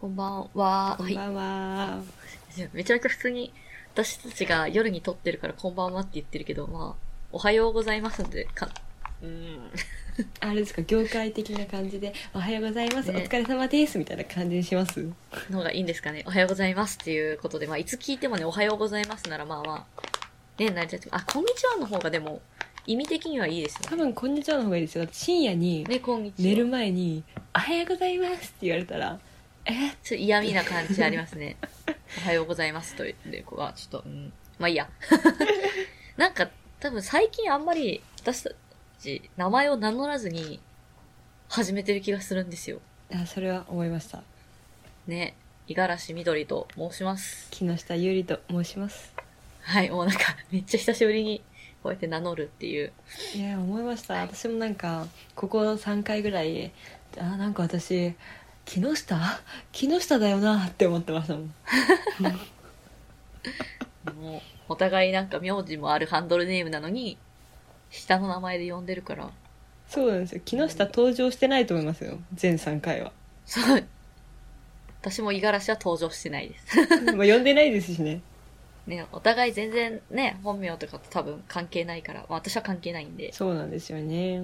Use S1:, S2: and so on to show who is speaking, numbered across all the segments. S1: こんばんは。
S2: こんばんは。
S1: いやめちゃくちゃ普通に、私たちが夜に撮ってるからこんばんはって言ってるけど、まあ、おはようございますんで、か、うーん。
S2: あれですか、業界的な感じで、おはようございます、
S1: ね
S2: お疲れ様ですみたいな感じにします。
S1: のがいいんですかね。おはようございますっていうことで、まあ、いつ聞いてもね、おはようございますなら、まあまあ、ね、成り立ち、あ、こんにちはの方がでも、意味的にはいいですよ
S2: 多分こんにちはの方がいいですよ。だって深夜に
S1: ね。ね、こんにちは。
S2: 寝る前におはようございますって言われたら、えっ
S1: ちょっと嫌味な感じありますね。 おはようございますという子は、ちょっと、うん、まあいいや。 なんか、多分最近あんまり私たち名前を名乗らずに始めてる気がするんですよ。
S2: あそれは思いました。
S1: ね。五十嵐みどりと申します。
S2: 木下ゆりと申します。
S1: はい、もうなんか、めっちゃ久しぶりにこうやって名乗るっていう。
S2: いや思いました私もなんかここ3回ぐらいあなんか私木下木下だよなって思ってましたもん
S1: もう、お互いなんか名字もあるハンドルネームなのに、下の名前で呼んでるから、
S2: そうなんですよ木下登場してないと思いますよ全3回 は
S1: そう。私も五十嵐は登場してないです。
S2: まあ呼んでないですしね
S1: ね、お互い全然ね、本名とかと多分関係ないから、まあ私は関係ないんで、
S2: そうなんですよね
S1: あ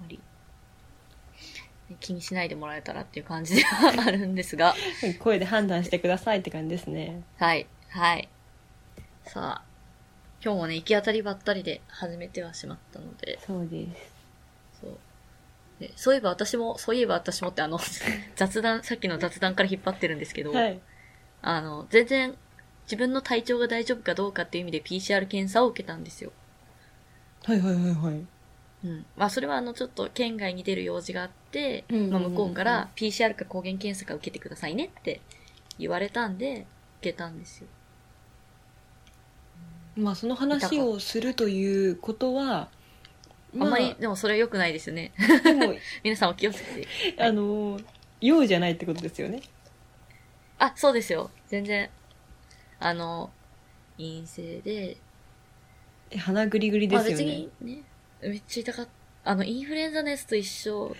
S1: まりね気にしないでもらえたらっていう感じではあるんですが、
S2: 声で判断してくださいって感じですね
S1: はい、はい。さあ、今日もね、行き当たりばったりで始めてはしまったので、
S2: そうです
S1: そう。でそういえば私も、そういえば私もってあの、 雑談、さっきの雑談から引っ張ってるんですけど、
S2: はい
S1: あの、全然自分の体調が大丈夫かどうかっていう意味で PCR 検査を受けたんですよ。
S2: はいはいはいはい
S1: うん、まあそれはあのちょっと県外に出る用事があって、
S2: うんうんうんうん
S1: まあ、向こうから PCR か抗原検査か受けてくださいねって言われたんで受けたんですよ
S2: まあその話をするということは
S1: あんまりでもそれは良くないですよね
S2: あでも
S1: 皆さんお気をつけて
S2: あの用じゃないってことですよね
S1: あそうですよ全然あの陰性で、
S2: え鼻ぐりぐりで
S1: まあ
S2: すよ
S1: 別
S2: ね
S1: にねめっちゃ痛かったあのインフルエンザ熱と一緒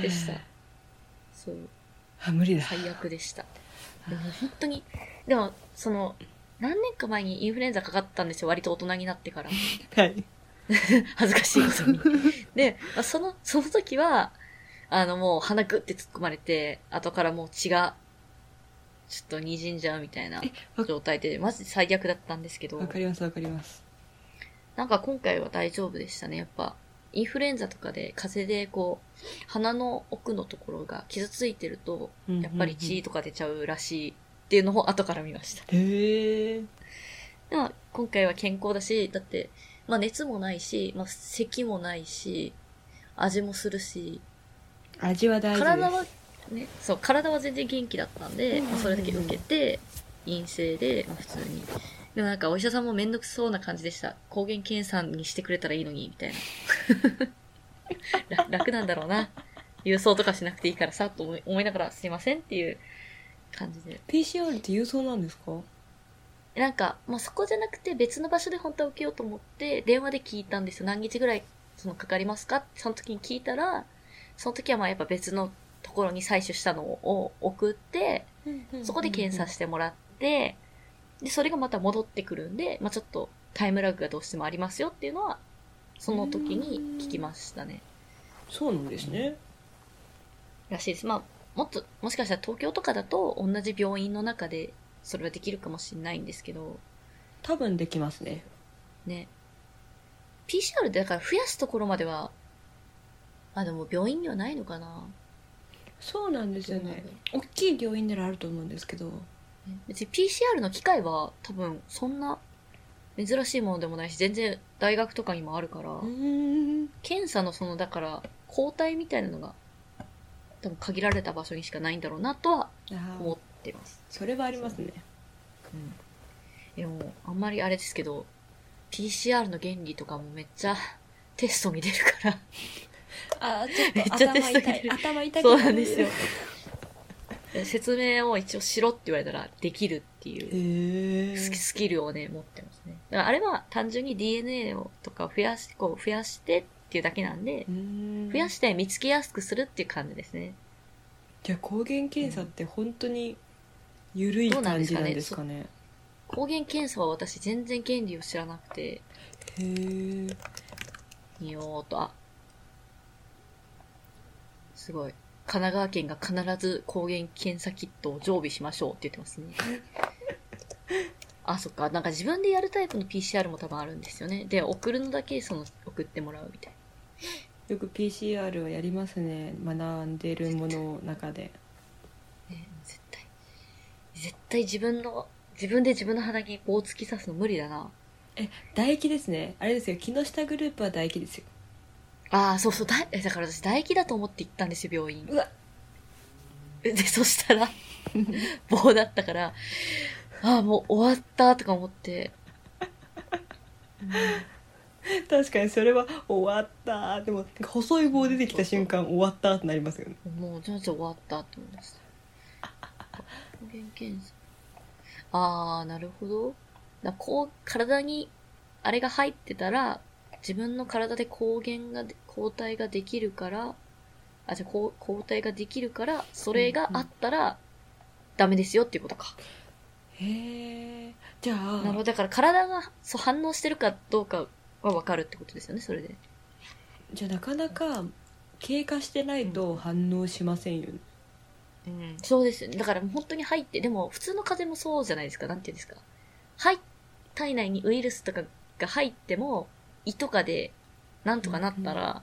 S1: でしたそう
S2: あ無理だ
S1: 最悪でしたでも本当にでもその何年か前にインフルエンザかかったんですよ割と大人になってから
S2: はい
S1: 恥ずかしいことに。で、まあその、その時は、あのもう鼻グって突っ込まれて、後からもう血が、ちょっと滲んじゃうみたいな
S2: えわ
S1: 状態で、マジで最悪だったんですけど
S2: わ、かりますわかります
S1: なんか今回は大丈夫でしたね、やっぱ。インフルエンザとかで風邪でこう、鼻の奥のところが傷ついてると、やっぱり血とか出ちゃうらしいっていうのを後から見ました。
S2: へえ
S1: でも今回は健康だし、だって、まあ熱もないし、まあ咳もないし、味もするし、
S2: 味は大事です
S1: 体は、ね、そう、体は全然元気だったんで、
S2: うんうんうん
S1: まあそれだけ受けて、陰性で、まあ普通に。でもなんかお医者さんもめんどくそうな感じでした。抗原検査にしてくれたらいいのに、みたいな。 楽楽なんだろうな。郵送とかしなくていいからさ、と思い思いながらすいませんっていう感じで。
S2: PCR って郵送なんですか
S1: なんか、まあ、そこじゃなくて別の場所で本当は受けようと思って電話で聞いたんですよ。何日ぐらいそのかかりますかってその時に聞いたら、その時はまあやっぱ別のところに採取したのを送って、そこで検査してもらって、で、それがまた戻ってくるんで、まあ、ちょっとタイムラグがどうしてもありますよっていうのは、その時に聞きましたね。
S2: そうなんですね
S1: らしいです。まあ、もっと、もしかしたら東京とかだと同じ病院の中でそれはできるかもしれないんですけど、
S2: 多分できますね
S1: ね。PCR ってだから増やすところまでは、あ、でも病院にはないのかな。
S2: そうなんですよね大きい病院ならあると思うんですけど
S1: 別に PCR の機械は多分そんな珍しいものでもないし、全然大学とかにもあるから、
S2: ん
S1: 検査のその、だから抗体みたいなのが、多分限られた場所にしかないんだろうなとは
S2: あ
S1: 思
S2: ー
S1: ってます。
S2: それはありますね
S1: うん。でも、あんまりあれですけど、PCR の原理とかもめっちゃテストに出るから、
S2: あちょっ
S1: と頭痛い
S2: 頭痛
S1: そうなんですよ。説明を一応しろって言われたらできるって
S2: へ
S1: いう
S2: え
S1: ススキルをね、持ってますね。だからあれは単純に DNA をとかを増やし、こう増やしてっていうだけなんで、増やして見つけやすくするっていう感じですね。
S2: じゃあ抗原検査って本当に緩い
S1: どうなん
S2: 感
S1: です
S2: じ
S1: か
S2: な
S1: ね
S2: んですかね
S1: 抗原検査は私全然原理を知らなくて、
S2: へえ
S1: 見ようと、あ、すごい。神奈川県が必ず抗原検査キットを常備しましょうって言ってますね。あ、そっか。なんか自分でやるタイプの PCR も多分あるんですよね。で、送るのだけその送ってもらうみたい
S2: よく PCR はやりますね学んでるものの中で
S1: な。ね、絶対。絶対自分の、自分で自分の鼻に棒突き刺すの無理だな。
S2: 唾液ですねあれですよ木下グループは唾液ですよ
S1: ああ、そうそう。だえだから私唾液だと思って行ったんですよ、病院。
S2: うわ
S1: で、そした ら、棒だったから、ああ、もう終わったとか思って。
S2: 確かにそれは終わったでも細い棒出てきた瞬間終わったってなりますよね
S1: もう、ちょちょ終わったって思いました。抗原検査。ああ、なるほど。だこう、体に、あれが入ってたら、自分の体で抗原がで、抗体ができるから、あ、じゃあ抗抗体ができるから、それがあったら、ダメですよっていうことか。
S2: へえじゃあ
S1: なるほど。だから体がそう反応してるかどうかはわかるってことですよね、それで。
S2: じゃあなかなか経過してないと反応しませんよね、
S1: うん、そうですよね。だから本当に入って、でも普通の風邪もそうじゃないですか。なんていうんですか。はい、体内にウイルスとかが入っても、胃とかでなんとかなったら、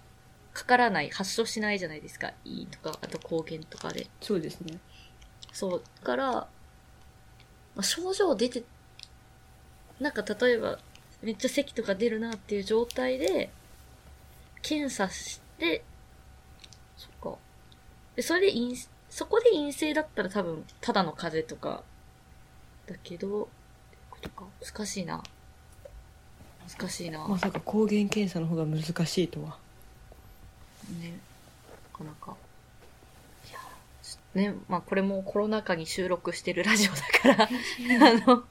S1: かからない、発症しないじゃないですか。胃とか、あと抗原とかで。
S2: そうですね
S1: そう。だから、まあ症状出て、なんか例えば、めっちゃ咳とか出るなっていう状態で、検査して、そっか。で、それで陰、そこで陰性だったら多分、ただの風邪とか、だけど、ことか、難しいな。難しいな。
S2: まさか抗原検査の方が難しいとは
S1: ね、なかなか。いや、ちょっとね、まあこれもコロナ禍に収録してるラジオだ から、あの、っ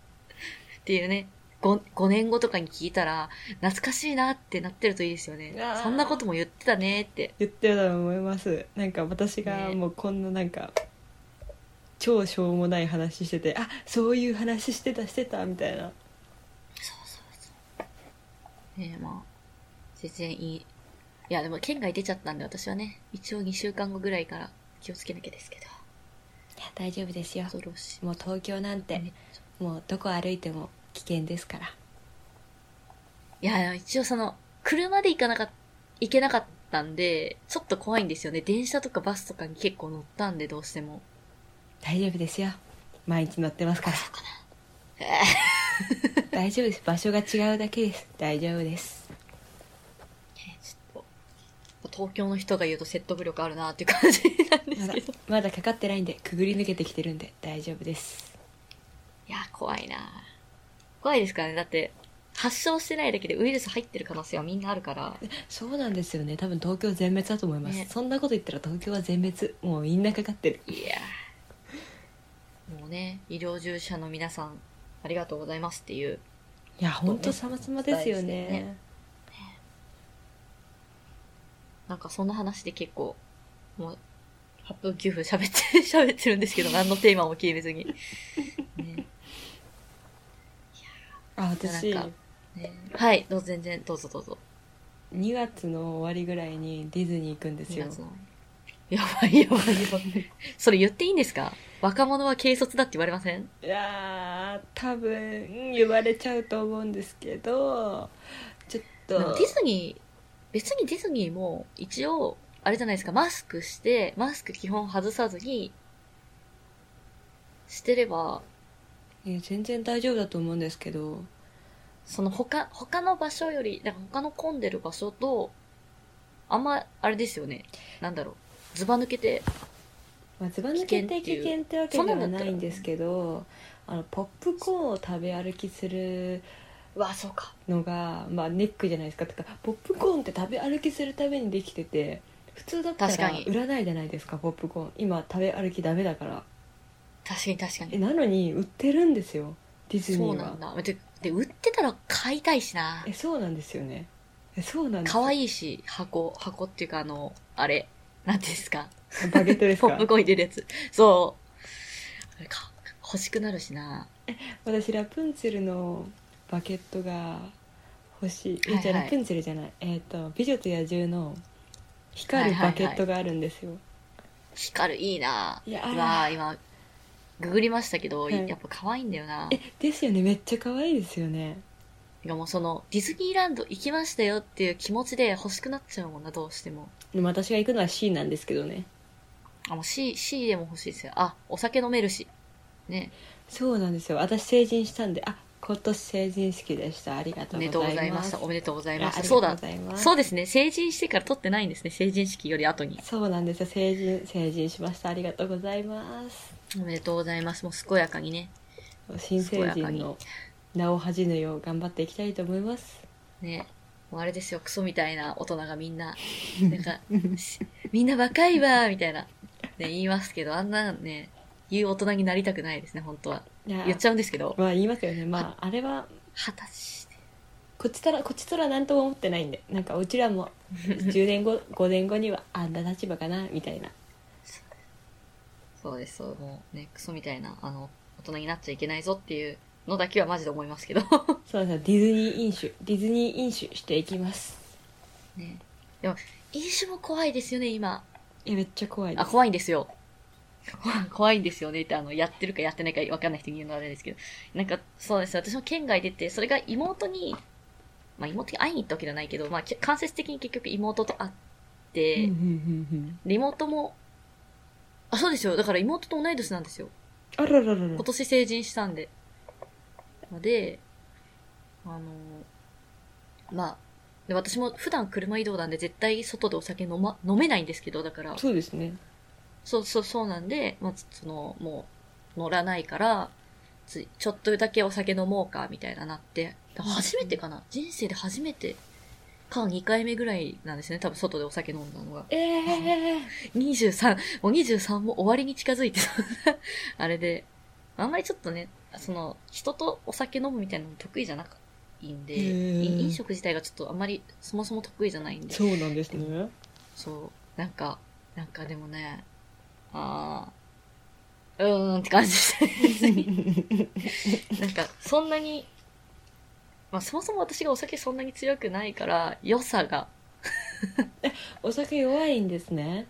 S1: ていうね、5, 5年後とかに聞いたら、懐かしいなってなってるといいですよね
S2: あ。ー
S1: そんなことも言ってたねって。
S2: 言ってたと思いますなんか私が
S1: ね
S2: もうこんななんか、超しょうもない話しててあそういう話してたしてたみたいな
S1: そうそうそう。ねえ、まあ、全然いい。いや、でも県外出ちゃったんで私はね、一応2週間後ぐらいから気をつけなきゃですけど。
S2: 大丈夫ですよ
S1: 恐ろしい。
S2: もう東京なんて
S1: めっちゃ
S2: もうどこ歩いても危険ですから
S1: いや、一応その、車で行かなかっ、行けなかったんで、ちょっと怖いんですよね。電車とかバスとかに結構乗ったんで、どうしても。
S2: 大丈夫ですよ毎日乗ってますから
S1: え
S2: 大丈夫です場所が違うだけです大丈夫です
S1: ちょっと、東京の人が言うと説得力あるなっていう感じなんで
S2: ますだ
S1: けど。い
S2: まだかかってないんでくぐり抜けてきてるんで大丈夫です
S1: や、怖いな怖いですからね。だって、発症してないだけでウイルス入ってる可能性はみんなあるから。
S2: そうなんですよね多分東京全滅だと思います、
S1: ね
S2: そんなこと言ったら東京は全滅もうみんなかかってる
S1: いやもうね、医療従事者の皆さん、ありがとうございますっていう。
S2: いや本当様々ですよね
S1: ねなんかそんな話で結構、もう、8分9分喋って、 喋ってるん ですけど、何のテーマも決めずに。ねい
S2: あ私
S1: やなんかねはい、どうぞ全然、どうぞどうぞ。
S2: 2月の終わりぐらいにディズニー行くんです
S1: 2
S2: よ
S1: 月の。やばいやばいやば い。それ言っていいんですか若者は軽率だって言われません
S2: いやー多分言われちゃうと思うんですけどちょっ
S1: で
S2: と
S1: もディズニー、別にディズニーも一応、あれじゃないですか、マスクして、マスク基本外さずに、してれば、
S2: いや全然大丈夫だと思うんですけど
S1: その他、他の場所より、だから他の混んでる場所と、あんま、あれですよね。なんだろう。ずば抜けて、
S2: まあ、ずば抜けて危険ってわけ
S1: そん
S2: で
S1: なの
S2: は
S1: だったら
S2: ないんですけどあのポップコーンを食べ歩きする
S1: うわ、そうか。
S2: のが、まあ、ネックじゃないですかとかポップコーンって食べ歩きするためにできてて普通だった
S1: 確からに
S2: 売らないじゃないですかポップコーン今食べ歩きダメだから
S1: 確かに確か
S2: え
S1: に。
S2: なのに売ってるんですよディズニ
S1: そう
S2: ー
S1: な
S2: は
S1: んだ。で、で売ってたら買いたいしな
S2: え。そうなんですよねえそうなんです
S1: 可
S2: い
S1: 愛いし、箱、箱っていうかあの、あれ、なんていうんですか。
S2: バゲットです
S1: ポ
S2: か
S1: ップコーン入れるやつ。そう。あれか、欲しくなるしな。
S2: 私ラプンツェルのバケットが欲しい、
S1: はい
S2: え
S1: はい
S2: じゃあラプンツェルじゃないえっ、と「美女と野獣」の光るバケットがあるんですよ、
S1: 光るいいな。
S2: いや
S1: うわー今、ググりましたけど、
S2: はい
S1: やっぱ可愛いんだよな。
S2: えですよねめっちゃ可愛いですよね
S1: てかもうその、ディズニーランド行きましたよっていう気持ちで欲しくなっちゃうもんな、どうしても。
S2: でも私が行くのは C なんですけどね
S1: あ、もう C、C でも欲しいですよ。あ、お酒飲めるし。ね。
S2: そうなんですよ私成人したんであ今年成人式でしたありが
S1: お
S2: とう
S1: めでとう
S2: ござ
S1: ござい
S2: い
S1: ま
S2: ま
S1: し
S2: す
S1: た。おめでとうございまし
S2: ああ
S1: た。
S2: り
S1: そう
S2: がとう
S1: だ
S2: ご。ざいます
S1: そうですね。成人してから撮ってないんですね。成人式より後に。
S2: そうなんですよ成人成人しましたありがとうございます
S1: おめでとうございます。もう健やかにね。
S2: 新成
S1: 健やか
S2: 人
S1: に
S2: の名を恥じぬよう頑張っていきたいと思います
S1: ね。もうあれですよ。クソみたいな大人がみんな、なんか、しみんな若いわーみたいな、ね、言いますけど、あんなね、言う大人になりたくないですね、本当は。
S2: いや
S1: 言っちゃうんですけど。
S2: まあ言いますよねま ああれは
S1: 二十歳で。
S2: こっちからこっちとら何とも思ってないんでなんかうちらも10年後5年 後にはあんな立場かなみたいな
S1: そうです、そう。もうね、クソみたいな、あの、大人になっちゃいけないぞっていうのだけはマジで思いますけど。
S2: そうなんですよディズニー飲酒ディズニー飲酒していきます
S1: ね。でも、飲酒も怖いですよね、今。
S2: いやめっちゃ怖いで
S1: あ、
S2: す
S1: 怖いんですよ。 怖いんですよねって、あの、やってるかやってないかわかんない人に言うのはあれですけど。なんか、そうです。私も県外出て、それが妹に、まあ妹に会いに行ったわけじゃないけど、まあき間接的に結局妹と会って、
S2: うんうんうんうん
S1: で妹も、あ、そうですよ。だから妹と同い年なんですよ。
S2: あらららら
S1: 今年成人したんで。ので、あの、まあ、で私も普段車移動なんで絶対外でお酒飲ま、飲めないんですけど、だから、
S2: そうですね
S1: そうそうそうなんで、まあ、つその、もう、乗らないから、つちょっとだけお酒飲もうか、みたいななって、初めてかな人生で初めてか2回目ぐらいなんですね、多分外でお酒飲んだのが。
S2: ええ
S1: 23、もう23も終わりに近づいてた。 あれで、あんまりちょっとね、その、人とお酒飲むみたいなの得意じゃなくいいんで、
S2: へー
S1: い飲食自体がちょっとあんまりそもそも得意じゃないんで、
S2: そうなんです ね
S1: そう、なんか、なんかでもね、あー、うーんって感じです ね。なんか、そんなに、まあそもそも私がお酒そんなに強くないから、良さが、
S2: お酒弱いんですね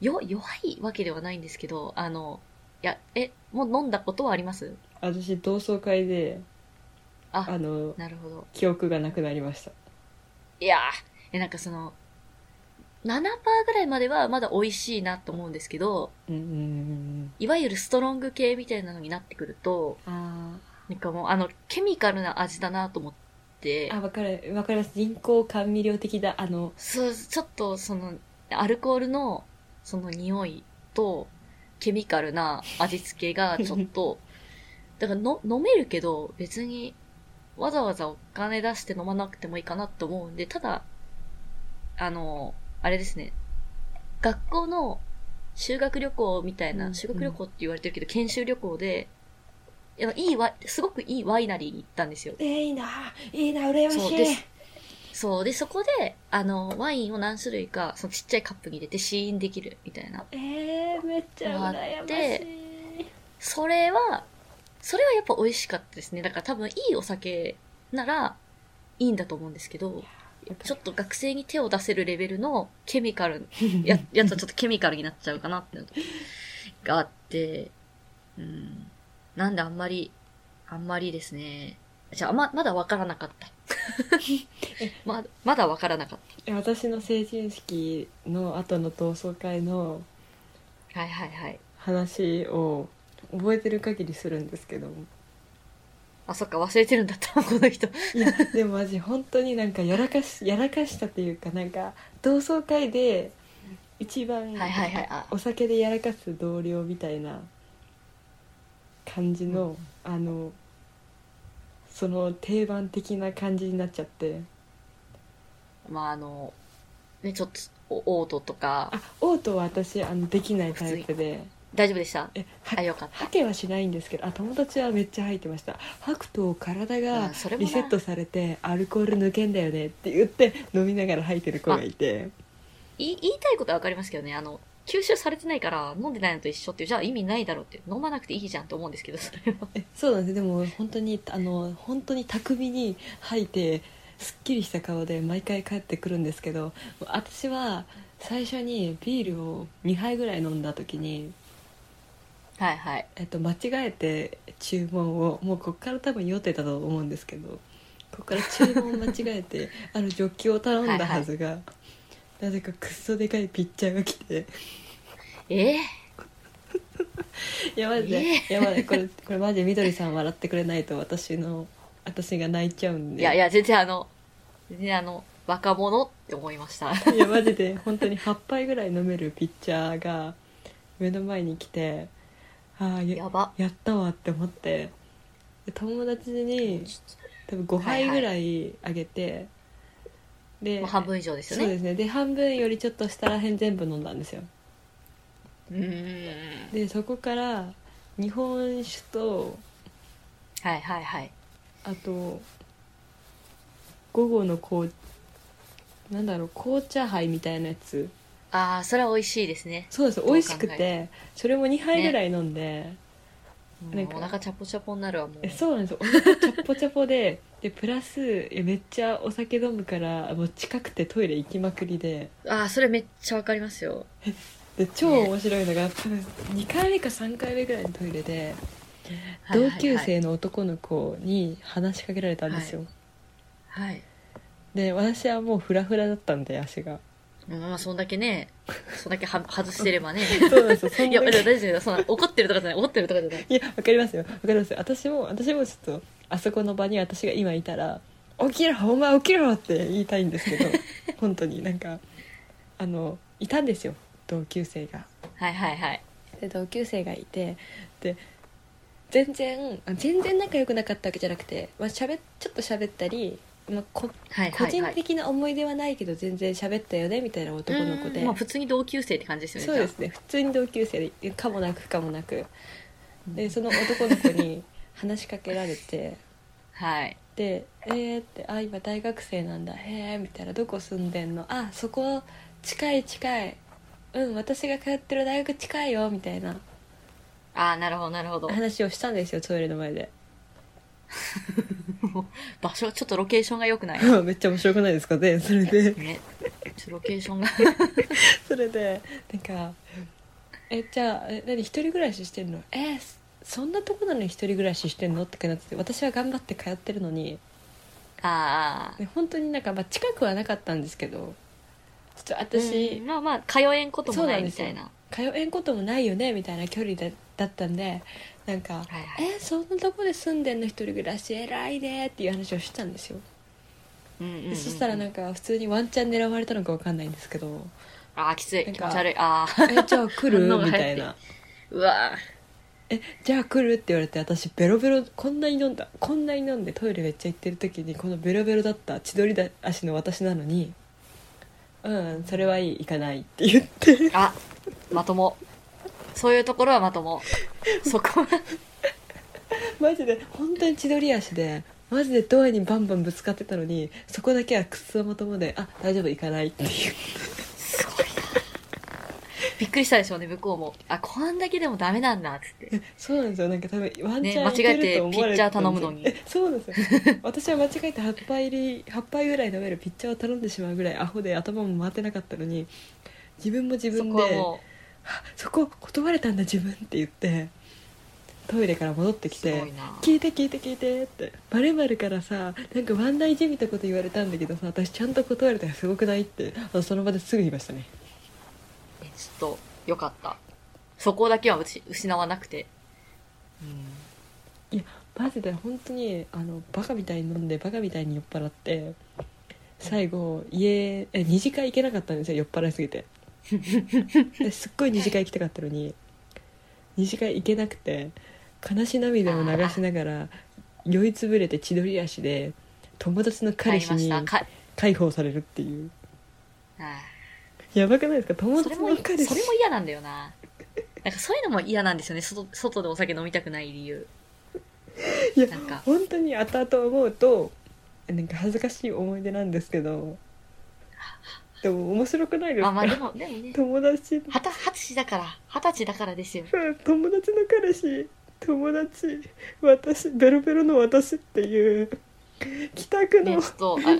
S1: よ、弱いわけではないんですけど、あの、いや、え、もう飲んだことはあります
S2: 私同窓会で
S1: あ、
S2: あの
S1: なるほど。
S2: 記憶がなくなりました
S1: いやー、え、なんかその、7%ぐらいまではまだ美味しいなと思うんですけど、
S2: うんうんうん
S1: いわゆるストロング系みたいなのになってくると、
S2: うんあ
S1: なんかもうあの、ケミカルな味だなと思って
S2: ー、あ分かる分かります人工甘味料的だあの
S1: そう、ちょっとその、アルコールの、その匂いと、ケミカルな味付けがちょっ と、だからの飲めるけど、別に、わざわざお金出して飲まなくてもいいかなって思うんで、ただ、あの、あれですね、学校の修学旅行みたいな、
S2: うん
S1: 修学旅行って言われてるけど、研修旅行で、いやいいワイ、すごくいいワイナリーに行ったんですよ。
S2: えー、いいないいな羨ましい
S1: そうですそう。で、そこで、あの、ワインを何種類か、そのちっちゃいカップに入れて試飲できるみたいな。
S2: えー、めっちゃ羨ましい
S1: それは、それはやっぱ美味しかったですね。だから多分いいお酒ならいいんだと思うんですけど、ちょっと学生に手を出せるレベルのケミカル、 や、 やつはちょっとケミカルになっちゃうかなっていうのがあって、うん。なんであんまり、あんまりですね。じゃあ、ま、まだわからなかった。ま、まだわからなかっ
S2: え私の成人式の後の同窓会の
S1: た。はいはいはい。
S2: 話を覚えてる限りするんですけど
S1: あ、そっか、忘れてるんだった、 この人。
S2: いやでもマジ本当になんかやらかしやらかしたというかなんか同窓会で一番
S1: はいはいはい。あ、
S2: お酒でやらかす同僚みたいな感じの、あのその定番的な感じになっちゃって
S1: まあ、あの、ね、ちょっと、お、オートとか、
S2: あオートは私あのできないタイプで
S1: 大丈夫でした
S2: え
S1: あ、
S2: は
S1: よかっ
S2: はけはしないんですけどあ友達はめっちゃ吐いてました吐くと体
S1: た。う
S2: が
S1: んそれも
S2: リ
S1: な
S2: セットされてアルコール抜けんだよねって言って飲みながら吐いてる子がいて
S1: 言い言いたいことはわかりますけどね、あの、吸収されてないから飲んでないのと一緒っていう、じゃあ意味ないだろうって、飲まなくていいじゃんと思うんですけど、それは。
S2: えそうなんですでも本当にあの本当に巧みに吐いてすっきりした顔で毎回帰ってくるんですけど私は最初にビールを2杯ぐらい飲んだ時に、
S1: はいはい。
S2: えっと、間違えて注文をもうこっから多分酔ってたと思うんですけどこっから注文を間違えてあるジョッキを頼んだはずがなぜかくっそでかいピッチャーが来て。
S1: ええ
S2: やばいで、
S1: ね
S2: いやばいこれこれマジでみどりさん笑ってくれないと私の私が泣いちゃうんで
S1: いやいや、全然あの、全然あの、若者って思いました。
S2: いやマジで本当に8杯ぐらい飲めるピッチャーが目の前に来てああや
S1: やば。
S2: やったわって思ってで友達に多分5杯ぐらいあげて、で、
S1: まあ、半分以上ですよ
S2: そうで
S1: ね。
S2: すねで半分よりちょっと下らへん全部飲んだんですよ
S1: うーん。
S2: でそこから日本酒と
S1: はいはいはい。
S2: あと午後のこうなんだろう紅茶杯みたいなやつ
S1: ああ、それは美味しいですね。
S2: そうです
S1: どう
S2: 美味しく
S1: 考
S2: てそれも2杯ぐらい飲んで、
S1: も
S2: なん
S1: う
S2: か
S1: お腹チャポチャポになるわ、もう。
S2: えそうなんですよお腹チャッポチャポででプラスいやめっちゃお酒飲むからもう近くてトイレ行きまくりで
S1: ああ、それめっちゃわかりますよ。
S2: で超面白いのが多分2回目か3回目ぐらいのトイレで同級生の男の子に話しかけられたんですよ、
S1: はいはいはい。はい。
S2: で私はもうフラフラだったんで足が
S1: うんまあ、そんだけ ね、そんだけは外してればね。
S2: そうなんですよそん
S1: いや、
S2: だけ
S1: でも大丈夫ですよ。そんな怒ってるとかじゃない、怒ってるとかじゃない。
S2: いやわかりますよわかりますよ私も私もちょっとあそこの場に私が今いたら「起きろお前起きろ!」って言いたいんです けど本当になんかあのいたんですよ同級生が
S1: はいはいはい。
S2: で同級生がいてで全然あ全然仲良くなかったわけじゃなくて、まあ、しゃべちょっと喋ったり、まあ、こ
S1: はい
S2: 個
S1: はい
S2: 人
S1: はい。
S2: 的な思い出はないけど全然喋ったよねみたいな男の子で、
S1: うんまあ、普通に同級生って感じですよね。
S2: そうですね普通に同級生でかもなくかもなくでその男の子に話しかけられて
S1: じゃあはい。
S2: で「えー」って「あ今大学生なんだへえ」みたいな「どこ住んでんのあそこ近い近いうん私が通ってる大学近いよ」みたいな
S1: ああ、なるほどなるほど。
S2: 話をしたんですよトイレの前で
S1: 場所、ちょっとロケーションが良く ない。
S2: めっちゃ面白くないですかねそれ で
S1: ね。ちょっとロケーションが。
S2: それでなんか「えじゃあえ何一人暮らししてんのえーそそんなとこなのに一人暮らししてんの?」ってなってて私は頑張って通ってるのに
S1: ああ。
S2: ね本当になん か、まあ、近くはなかったんですけどちょっと
S1: う
S2: 私
S1: んまあまあ、通えんことも
S2: そう
S1: な
S2: ないんで
S1: み
S2: す
S1: た
S2: よ
S1: いな。
S2: 通えんこともないよねみたいな距離だだったんでなんか
S1: はい
S2: 「
S1: はい。
S2: えそんなとこで住んでんの一人暮らし偉いね」っていう話をしたんですよ
S1: うんうんうんう
S2: で
S1: ん
S2: そしたらなんか普通にワンチャン狙われたのか分かんないんです けど
S1: ああ、きつい。
S2: なん
S1: 気
S2: か
S1: 持ち悪い。あ
S2: 「
S1: あ。
S2: えじゃあ来る?」
S1: 反応が
S2: み
S1: 早
S2: た
S1: い
S2: いな
S1: うわあ。
S2: 「えじゃあ来る?」って言われて私ベロベロこんなに飲んだこんなに飲んでトイレめっちゃ行ってる時にこのベロベロだった千鳥だ足の私なのに「うんそれはいい行かない」って言って
S1: あ、まとも。そういうところはまとも。そこは。
S2: マジで本当に千鳥足でマジでドアにバンバンぶつかってたのにそこだけはくっそまともで「あ大丈夫行かない」っていう
S1: すごいな。びっくりしたでしょうね、向こうも。あ、こんだけでもダメなんだ、つって。
S2: そうなんですよなんか多分ワンチャン
S1: ね
S2: いけると思われたん
S1: 間違え
S2: ですよ
S1: てピッチャー頼むのに
S2: えそうなんですよ私は間違えて8杯入り8杯ぐらい飲めるピッチャーを頼んでしまうぐらいアホで頭も回ってなかったのに自分も自
S1: そ
S2: 分
S1: こは
S2: で
S1: も
S2: あそこ断れたんだ自分って言ってトイレから戻って
S1: う、
S2: き
S1: す
S2: て
S1: ごいな。
S2: 聞いて聞いて聞いてってバレバレからさなんかワンダイじみたこと言われたんだけどさ私ちゃんと断れたらすごくないってあその場ですぐ言いましたね
S1: えちょっと、よかった。そこだけはうち失わなくて。うん。
S2: マジで本当にあのバカみたいに飲んでバカみたいに酔っ払って最後家え二次会行けなかったんですよ酔っ払いすぎてですっごい二次会行きたかったのに二次会行けなくて悲し涙を流しながら酔いつぶれて千鳥足で友達の彼氏に
S1: 帰りました。か
S2: 解放されるっていう
S1: あ
S2: やばくないですか友
S1: ーそれ
S2: 達
S1: も、
S2: の
S1: それ
S2: 彼氏
S1: も嫌なんだよな。なんかそういうのも嫌なんですよね、外外でお酒飲みたくない理由。
S2: いや
S1: なんか、
S2: 本当に後々思うとなんか恥ずかしい思い出なんですけどでも面白くないです
S1: まあ
S2: か、
S1: まあでも、でもね、
S2: 友達の
S1: はた、二十歳だから、二十歳だからですよ。
S2: うん友達の彼氏友達私ベロベロの私っていう北区
S1: ね、
S2: の
S1: ちょっと、あ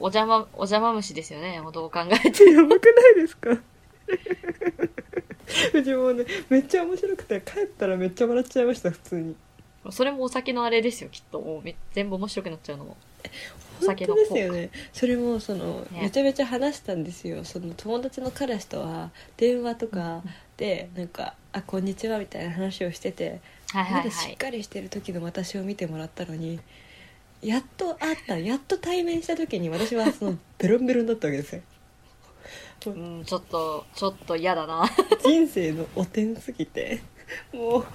S1: お邪魔、お邪魔虫ですよね、どう考えて。
S2: やばくないですか うちもうねめっちゃ面白くて帰ったらめっちゃ笑っちゃいました普通に
S1: それもお酒のあれですよ、きっと。もうめ全部面白くなっちゃうのも。お
S2: 本
S1: 酒
S2: 当
S1: の
S2: ですよねそれもその、
S1: ね
S2: めちゃめちゃ話したんですよその友達の彼氏とは電話とかでなんか「あこんにちは」みたいな話をしてて
S1: はいは
S2: ま
S1: い
S2: だ
S1: は
S2: しっ
S1: い。
S2: かりしてる時の私を見てもらったのにやっと会ったやっと対面した時に私は そのベロンベロンだったわけですよ
S1: うん、ちょっと、ちょっと嫌だな。
S2: 人生の汚点すぎてもう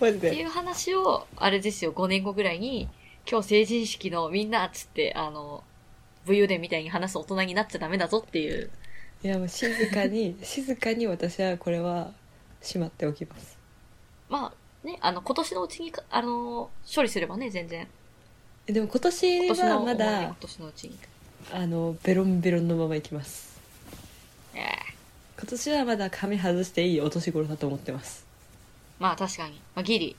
S2: マジ
S1: って
S2: で
S1: いう話を、あれですよ、5年後ぐらいに、今日成人式のみんなっつって、あの、武勇伝みたいに話す大人になっちゃダメだぞっていう。
S2: いやもう静か に静かに私はこれはしまっておきます
S1: まあ、ね、あの、今年のうちにか、あの、処理すればね、全然。
S2: えでも今
S1: 今
S2: 年
S1: 年
S2: は
S1: の、
S2: ま
S1: 終わり
S2: だ
S1: 今年のうちに。
S2: あのベロンベロンのままいきます
S1: ええ
S2: 今年はまだ髪外していいお年頃だと思ってます
S1: まあ確かに。まあギリ。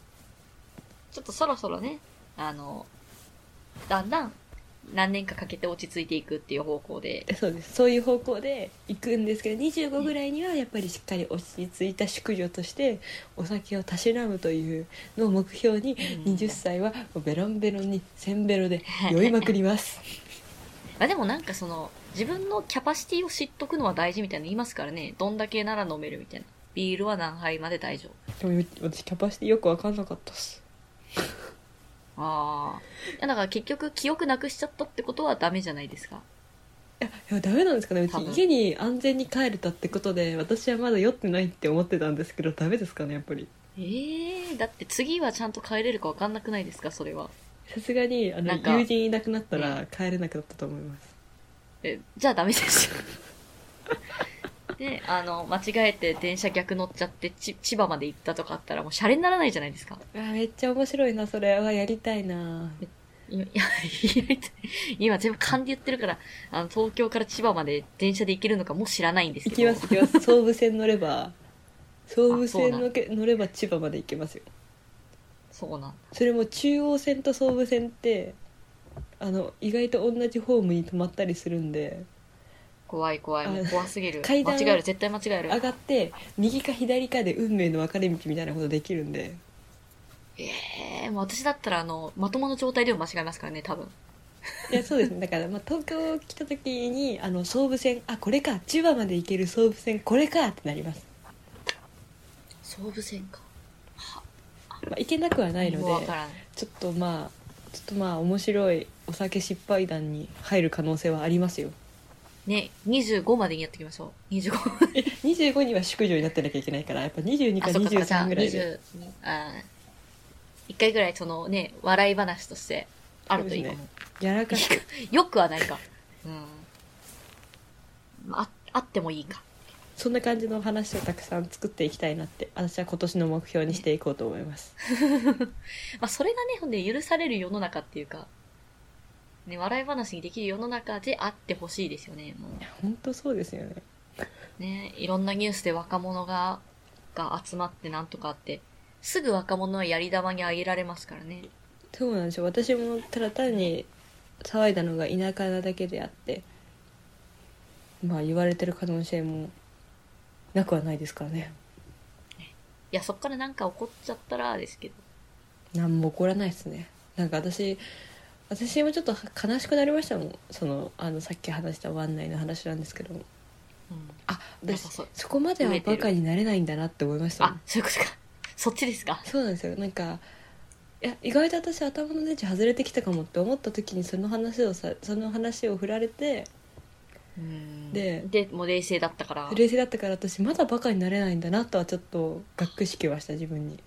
S1: ちょっとそろそろね、あの、だんだん何年かかけて落ち着いていくっていう方向で。
S2: えそうですそういう方向で行くんですけど25ぐらいにはやっぱりしっかり落ち着いた淑女としてお酒をたしなむというのを目標に
S1: うん
S2: 20歳はもうベロンベロンにせんベロで酔いまくります
S1: まあでもなんかその、自分のキャパシティを知っとくのは大事みたいなの言いますからね。どんだけなら飲めるみたいな。ビールは何杯まで大丈夫。
S2: でも私キャパシティよく分かんなかったっす
S1: ああ。いやだから結局記憶なくしちゃったってことはダメじゃないですか。
S2: いやいやダメなんですかねうち
S1: 多分
S2: 家に安全に帰れたってことで私はまだ酔ってないって思ってたんですけどダメですかねやっぱり
S1: ええだって次はちゃんと帰れるかわかんなくないですかそれは。
S2: さすがにあの
S1: なんか
S2: 友人いなくなったら帰れなくなったと思います
S1: え、じゃあダメですよ。で、あの、間違えて電車逆乗っちゃってち、千葉まで行ったとかあったらもうシャレにならないじゃないですか。
S2: あめっちゃ面白いなそれはやりたいな
S1: 今、いやいや今全部勘で言ってるから、あの、東京から千葉まで電車で行けるのかもう知らないんですけ
S2: 行
S1: ど。
S2: きます行きます総武線乗れば総武線のけ乗れば千葉まで行けますよ
S1: そうなんだ。
S2: それも中央線と総武線ってあの意外と同じホームに止まったりするんで
S1: 怖い怖い。もう怖すぎる。
S2: あ
S1: 間
S2: 階段
S1: 違
S2: を
S1: える。絶対間違える。
S2: 上がって右か左かで運命の分かれ道みたいなことできるんで
S1: ええもう私だったらあの、まともな状態でも間違えますからね、多分。
S2: いやそうですねだから、まあ、東京来た時にあの総武線あこれか千葉まで行ける総武線これかってなります、
S1: 総武線か。
S2: まあ、行けなくはないの
S1: もうわ
S2: で
S1: からない。
S2: ちょっとまあちょっとまあ面白いお酒失敗談に入る可能性はありますよ
S1: ね、25までにやっていきましょう。25。
S2: え25には宿女になってなきゃいけないからやっぱ22か
S1: あ、そっかそっか、じゃあ
S2: 23ぐらいで
S1: 20あー一回ぐらいそのね、笑い話としてあるといいかも。
S2: そやらかす
S1: よくはない か。うん。あ、あってもいいか。
S2: そんな感じの話をたくさん作っていきたいなって私は今年の目標にしていこうと思います
S1: まあ、それがね、ほんで許される世の中っていうか、ね、笑い話にできる世の中であってほしいですよね、も
S2: 本当そうですよね
S1: う。ね、いろんなニュースで若者が、が集まってなんとかって、すぐ若者はやり玉にあげられますからね。
S2: そうなんですよ私もただ単に騒いだのが田舎なだけであってまあ言われてる可能性もなくはないですからね
S1: いや、そっからなんか怒っちゃったらですけど。
S2: 何も起こらないですねなんか私私もちょっと悲しくなりましたもんそのあのさっき話した湾内の話なんですけど
S1: うん。
S2: あ
S1: なん
S2: 私
S1: かそ
S2: そこまでは
S1: 飢えて
S2: バ
S1: る
S2: カになれないんだなって思いましたも
S1: あ
S2: ん、
S1: そういうことか。そっちですか。
S2: そうなんですよなんかいや意外と私頭のネジ外れてきたかもって思った時にその話をさその話を振られてで
S1: で、もう冷静だったから。
S2: 冷静だったから私まだバカになれないんだなとはちょっとがっくしきました自 分に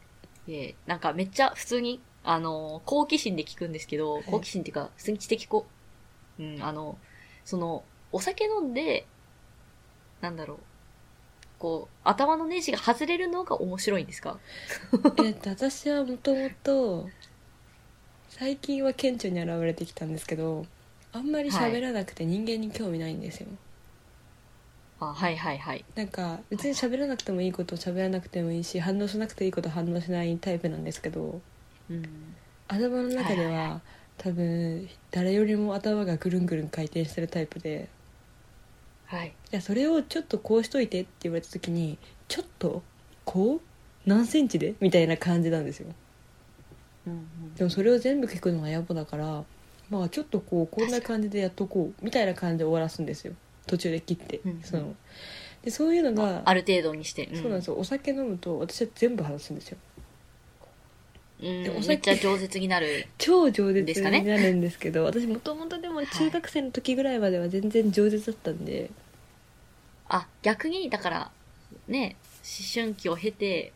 S1: で、なんかめっちゃ普通に、あの、好奇心で聞くんですけど、
S2: い
S1: 好奇心っていうか、普通に知的こ、うん、あの、その、お酒飲んで、なんだろう。こう、頭のネジが外れるのが面白いんですか
S2: えっと私はもともと最近は顕著に現れてきたんですけどあんまり喋らなくて人間に興味ないんですよ、
S1: あ、はいはいはい。
S2: なんか別に喋らなくてもいいこと喋らなくてもいいし反応しなくていいこと反応しないタイプなんですけど
S1: うん。
S2: 頭の中で
S1: は
S2: は、
S1: いはい
S2: 多分誰よりも頭がぐるんぐるん回転してるタイプで
S1: はい。
S2: いやそれをちょっとこうしといてって言われた時にちょっとこう何センチでみたいな感じなんですよ
S1: うん、
S2: でもそれを全部聞くのが野暮だからまあちょっとこうこんな感じでやっとこうみたいな感じで終わらすんですよ途中で切って、
S1: うん
S2: そのでそういうのが
S1: ある程度にして。
S2: そうなんですよお酒飲むと私は全部話すんですよ
S1: うん
S2: でお酒
S1: めっちゃ饒舌になる。
S2: 超饒舌
S1: ですかね
S2: になるんですけど私もともとでも中学生の時ぐらいまでは全然饒舌だったんで、
S1: あ、逆に、だから、ね、思春期を経て、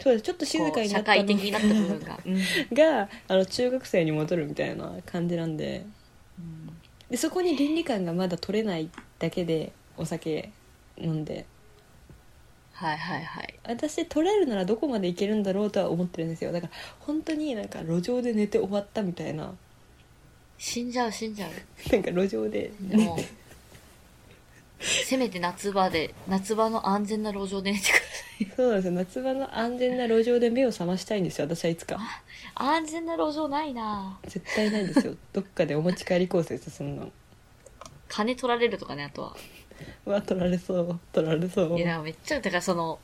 S2: そうですちょっと静
S1: こ
S2: か
S1: う
S2: にな
S1: 社
S2: った
S1: 会
S2: の
S1: 的になった部分が。うん
S2: があの中学生に戻るみたいな感じなんで
S1: うん
S2: でそこに倫理観がまだ取れないだけでお酒飲んで
S1: はいはいはい。
S2: 私取れるならどこまでいけるんだろうとは思ってるんですよだから本当になんか路上で寝て終わったみたいな
S1: 死んじゃう死んじゃ う。
S2: なんか路上で
S1: でも、せめて夏場で、夏場の安全な路上で寝てくださ
S2: そうなんですよ夏場の安全な路上で目を覚ましたいんですよ私はいつか
S1: い。安全な路上ないな
S2: 絶対ない ですよどっかでお持ち帰りコースですよそんなの
S1: 金取られるとかね、あとは。
S2: うわ取られそう取られそう
S1: いや、めっちゃ、だからその、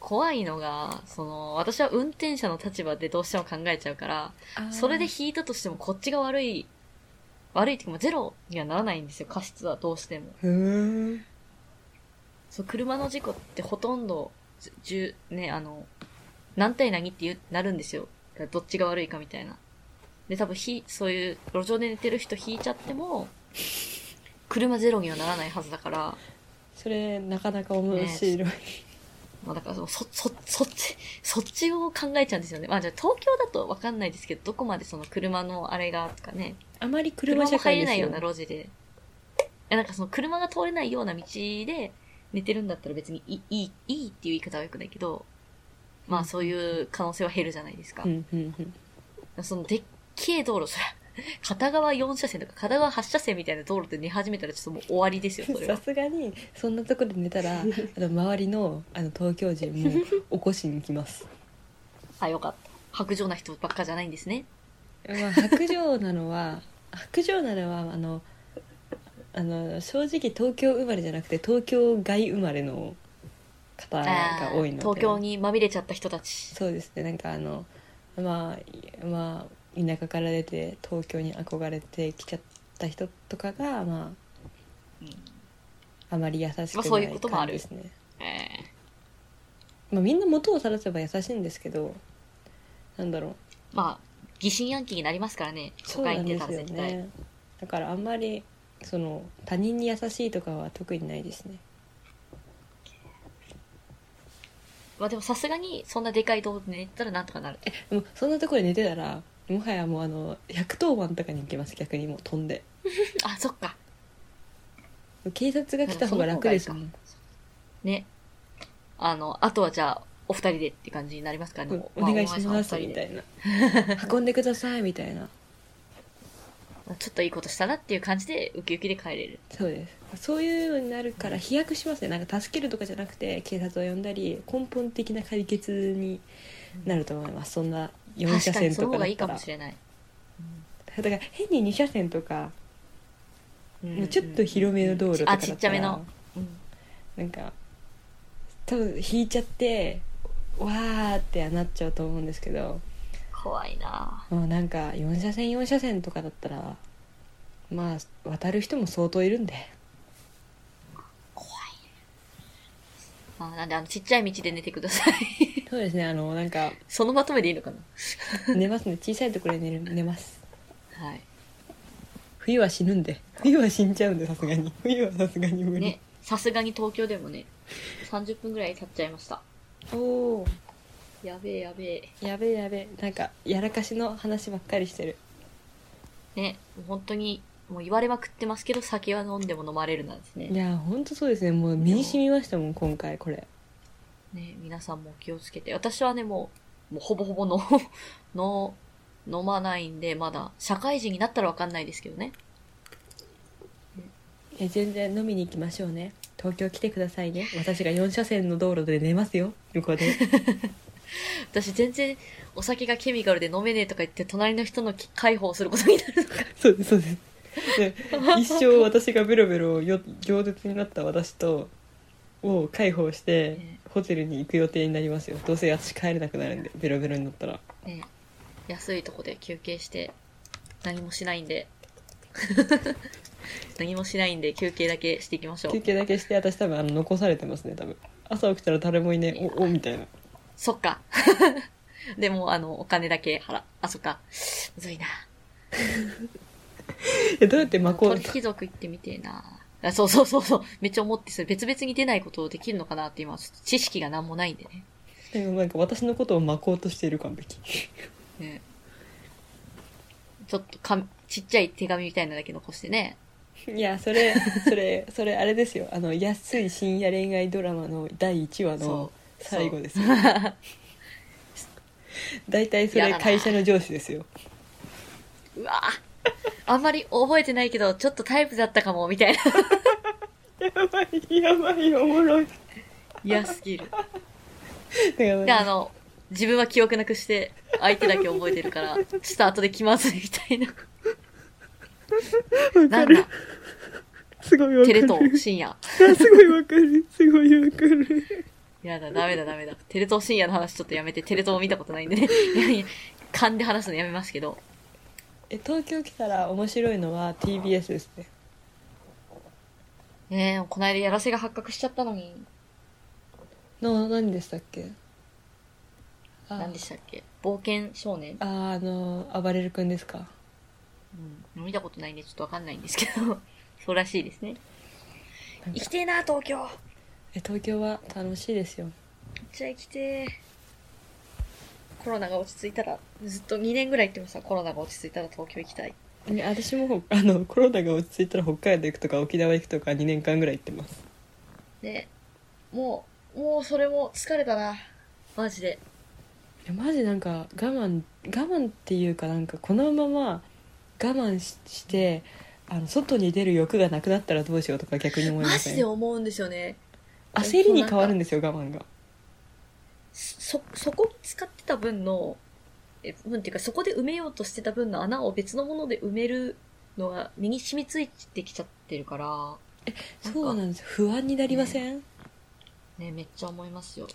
S1: 怖いのが、その、私は運転者の立場でどうしても考えちゃうから、
S2: あー
S1: それで引いたとしてもこっちが悪い、悪いっていうかもうゼロにはならないんですよ、過失はどうしても。
S2: うーん
S1: そう、車の事故ってほとんど、じゅ、ね、あの、何対何っていう、なるんですよ。だからどっちが悪いかみたいな。で、多分、ひ、そういう、路上で寝てる人引いちゃっても、車ゼロにはならないはずだから、
S2: それなかなか面白い、
S1: まあだからその、そ、そ、そっち、そっちを考えちゃうんですよね。まあじゃあ東京だとわかんないですけど、どこまでその車のあれが、とかね、
S2: あまり
S1: 車
S2: 車
S1: も
S2: 社
S1: 入れ
S2: 会で
S1: な
S2: す
S1: いよ
S2: よ
S1: うな路地で、いやなんかその車が通れないような道で寝てるんだったら別にいい、いい、いいっていう言い方は良くないけど、まあそういう可能性は減るじゃないですか。
S2: うんうんうん
S1: そのでっけえ道路、それ、片側4車線とか片側8車線みたいな道路で寝始めたらちょっともう終わりですよ、それ
S2: さ
S1: は。
S2: すがにそんなとこで寝た らあの周りのあの東京人 も起こしに来ます
S1: あ、よかった。白状な人ばっかじゃないんですね。
S2: まあ白状なのは白状なのはあのあの正直東京生まれじゃなくて東京外生まれの方が多いので
S1: あー東京にまみれちゃった人たち
S2: そうですねなんかあのまあまあ田舎から出て東京に憧れてきちゃった人とかがま
S1: うん
S2: ああまり優しくない
S1: まあそういうこともあ
S2: 感
S1: る
S2: じですね
S1: え
S2: まあみんな元を正せば優しいんですけどなんだろう
S1: ーまあ疑心暗鬼になりますからね
S2: そ
S1: 都
S2: うな
S1: 会
S2: ん
S1: に出
S2: で
S1: た
S2: す
S1: ら
S2: よ
S1: 絶対、
S2: ねだからあんまりその他人に優しいとかは特にないですね
S1: まあでもさすがにそんなでかい道路で寝てたらなんとかなる
S2: でもそんなところで寝てたらもはやもうあの110番とかに行きます逆にもう飛んで
S1: あそっか
S2: 警察が来た方が楽ですもん
S1: ねあのあとはじゃあお二人でって感じになりますからね、
S2: お願いします
S1: あお前さんお二
S2: み
S1: 人
S2: た
S1: で
S2: いな 運んでくださいみたいな
S1: ちょっといいことしたなっていう感じでウキウキで帰れる
S2: そうですそういうのになるから飛躍しますねなんか助けるとかじゃなくて警察を呼んだり根本的な解決になると思いますそんな4車
S1: 確かに
S2: 線
S1: その方が
S2: とかだ
S1: いい
S2: っ
S1: か
S2: た
S1: も
S2: ら
S1: しれない、
S2: だから変に2車線とか
S1: うん
S2: もうちょっと広めの道路とかだ
S1: あ
S2: った
S1: ち
S2: ら
S1: っちゃめの、うん
S2: なんか多分引いちゃってわーってなっちゃうと思うんですけど
S1: 怖いな
S2: もうなんか4車線4車線とかだったらまあ渡る人も相当いるんで
S1: 怖いあなんであのちっちゃい道で寝てください
S2: そうですねあのなん か
S1: そのまとめでいいのかな
S2: 寝ますね小さいところで寝る寝ます
S1: はい
S2: 冬は死ぬんで冬は死んじゃうんでさすがに冬はさすがに無理、
S1: ね、さすがに東京でもね、30分ぐらい経っちゃいました。
S2: おお
S1: やべえやべえ。
S2: やべえやべえなんかやらかしの話ばっかりしてる
S1: ね、もう本当に、もう言われまくってますけど、酒は飲んでも飲まれるなんです
S2: い
S1: ね。
S2: やほんとそうですねもう身に染みましたもん今回これ
S1: ね、皆さんも気をつけて。私はね、もう、もうほぼほぼの、の、飲まないんで、まだ、社会人になったらわかんないですけどね。
S2: え全然飲みに行きましょうね東京来てくださいね私が4車線の道路で寝ますよ横で
S1: 私全然、お酒がケミカルで飲めねえとか言って、隣の人の介抱をすることに なるのか。
S2: そうですそうですで一生私がベロベロよ行列になった私とを解放して
S1: ね
S2: ホテルに行く予定になりますよどうせ私帰れなくなるんでベロベロになったら
S1: ね安いとこで休憩して、何もしないんで。 何もしないんで休憩だけしていきましょう
S2: 休。憩だけして私多分あの残されてますね多分朝起きたら誰もいねえおおみたいな
S1: そっか。 でも、あの、お金だけ払、あ、そっか。むずいな。
S2: えどうやってまこう
S1: 取引族行ってみてえな。あそうそうそうそう。めっちゃ思ってそれ別々に出ないことをできるのかなって今、ちょっと知識が何もないんでね。
S2: でもなんか私のことをまこうとしている完璧
S1: ねちょっとか、ちっちゃい手紙みたいなのだけ残してね。
S2: いやそれそれそれあれですよあの安い深夜恋愛ドラマの第1話の
S1: そう。
S2: 最後ですよ大体それ会社の上司ですよ
S1: うわぁあんまり覚えてないけど、ちょっとタイプだったかも、み たいな。
S2: やばいやばいおもろい
S1: 嫌すぎる。
S2: だ
S1: で、
S2: か
S1: あ
S2: ら
S1: の、自分は記憶なくして、相手だけ覚えてるから、ちょっと後で気まずいみたいな。なんだ、
S2: すごいわか
S1: テ
S2: る
S1: レ東深夜。
S2: すごいわかるすごいわかる
S1: やだ、ダメだ、ダメだ。テレ東深夜の話ちょっとやめて、テレ東見たことないんでね。 いやいや、勘で話すのやめますけど。
S2: え東京来たら面白いのは TBS ですね
S1: ねえ、この間やらせが発覚しちゃったのに、
S2: の何でしたっけあ
S1: 何でしたっけ冒険少年、
S2: あーあの暴れる君ですか
S1: うん、見たことないんでちょっとわかんないんですけど、 そうらしいですね。行きてえな、東京。めっ
S2: え東京は楽しいですよ
S1: ちゃ行きてえ。コロナが落ち着いたら、ずっと2年ぐらい言ってました。コロナが落ち着いたら東京行きたい。
S2: ね私も あのコロナが落ち着いたら北海道行くとか沖縄行くとか2年間ぐらい行ってます
S1: で、もう、もうそれも疲れたな。マジで。
S2: いやマジなんか我慢我慢っていうかなんかこのまま我慢ししてあの外に出る欲がなくなったらどうしようとか逆に思いま
S1: マ
S2: せ
S1: ジ
S2: ん
S1: で思うんですよね。
S2: 焦りに変わるんですよ我慢が
S1: そ、そこに使ってた分の、え、分っていうか、そこで埋めようとしてた分の穴を別のもので埋めるのが身に染みついてきちゃってるから、なんか
S2: そうなんです不安になりません、い
S1: ね、めっちゃ思いますよ。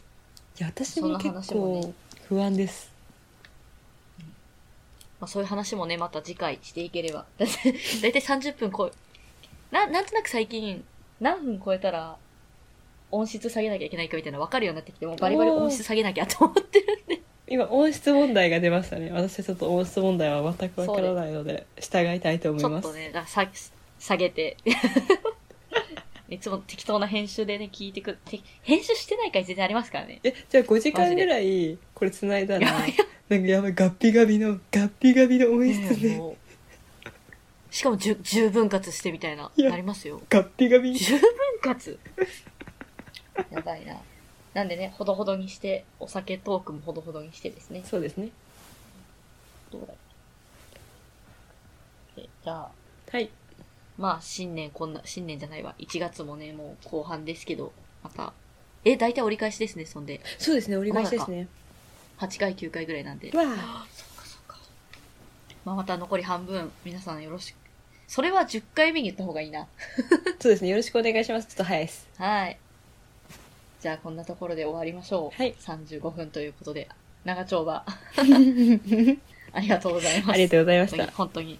S2: や私も
S1: そんな
S2: 結
S1: 話も
S2: 構不安です
S1: まあそういう話もね、また次回していければ。 だいたいだいたい30分超え、な、なんとなく最近、何分超えたら、音質下げなきゃいけないかみたいなの分かるようになってきて、もうバリバリ音質下げなきゃと思ってる。
S2: 今音質問題が出ましたね私はちょっと音質問題は全くわからないので従いたいと思
S1: ち
S2: い
S1: ょ
S2: ま
S1: っ
S2: す
S1: とね、だ下下げて。 いつも適当な編集でね、聞いてく、て編集してない回全然ありますからね。
S2: えじゃあ5時間ぐらいこれ繋いだら
S1: やばい
S2: なんかやばいガッピガビのガッピガビの音質
S1: ねえ
S2: ね
S1: もうしかも十十分割してみたいな、
S2: いや
S1: なりますよ。
S2: ガッピガビ
S1: 十分割やばいな。なんでね、ほどほどにして、お酒トークもほどほどにしてですね。
S2: そうですね
S1: どうだいえじゃあ、
S2: はい
S1: まあ新年こんな、新年じゃないわ。1月もね、もう後半ですけど、また、え、大体折り返しですね、そんで。
S2: そうですね折
S1: り返しです
S2: ね
S1: 8回9回ぐらいなんで、
S2: わあ
S1: まあ、また残り半分皆さんよろしくそれは10回目に言った方がいいな
S2: そうですねよろしくお願いしますちょっと早いです
S1: はいじゃあこんなところで終わりましょう、
S2: はい
S1: 35分という ことで長丁場ありがとうございます
S2: ありがとうございま
S1: 本当
S2: した
S1: に本当に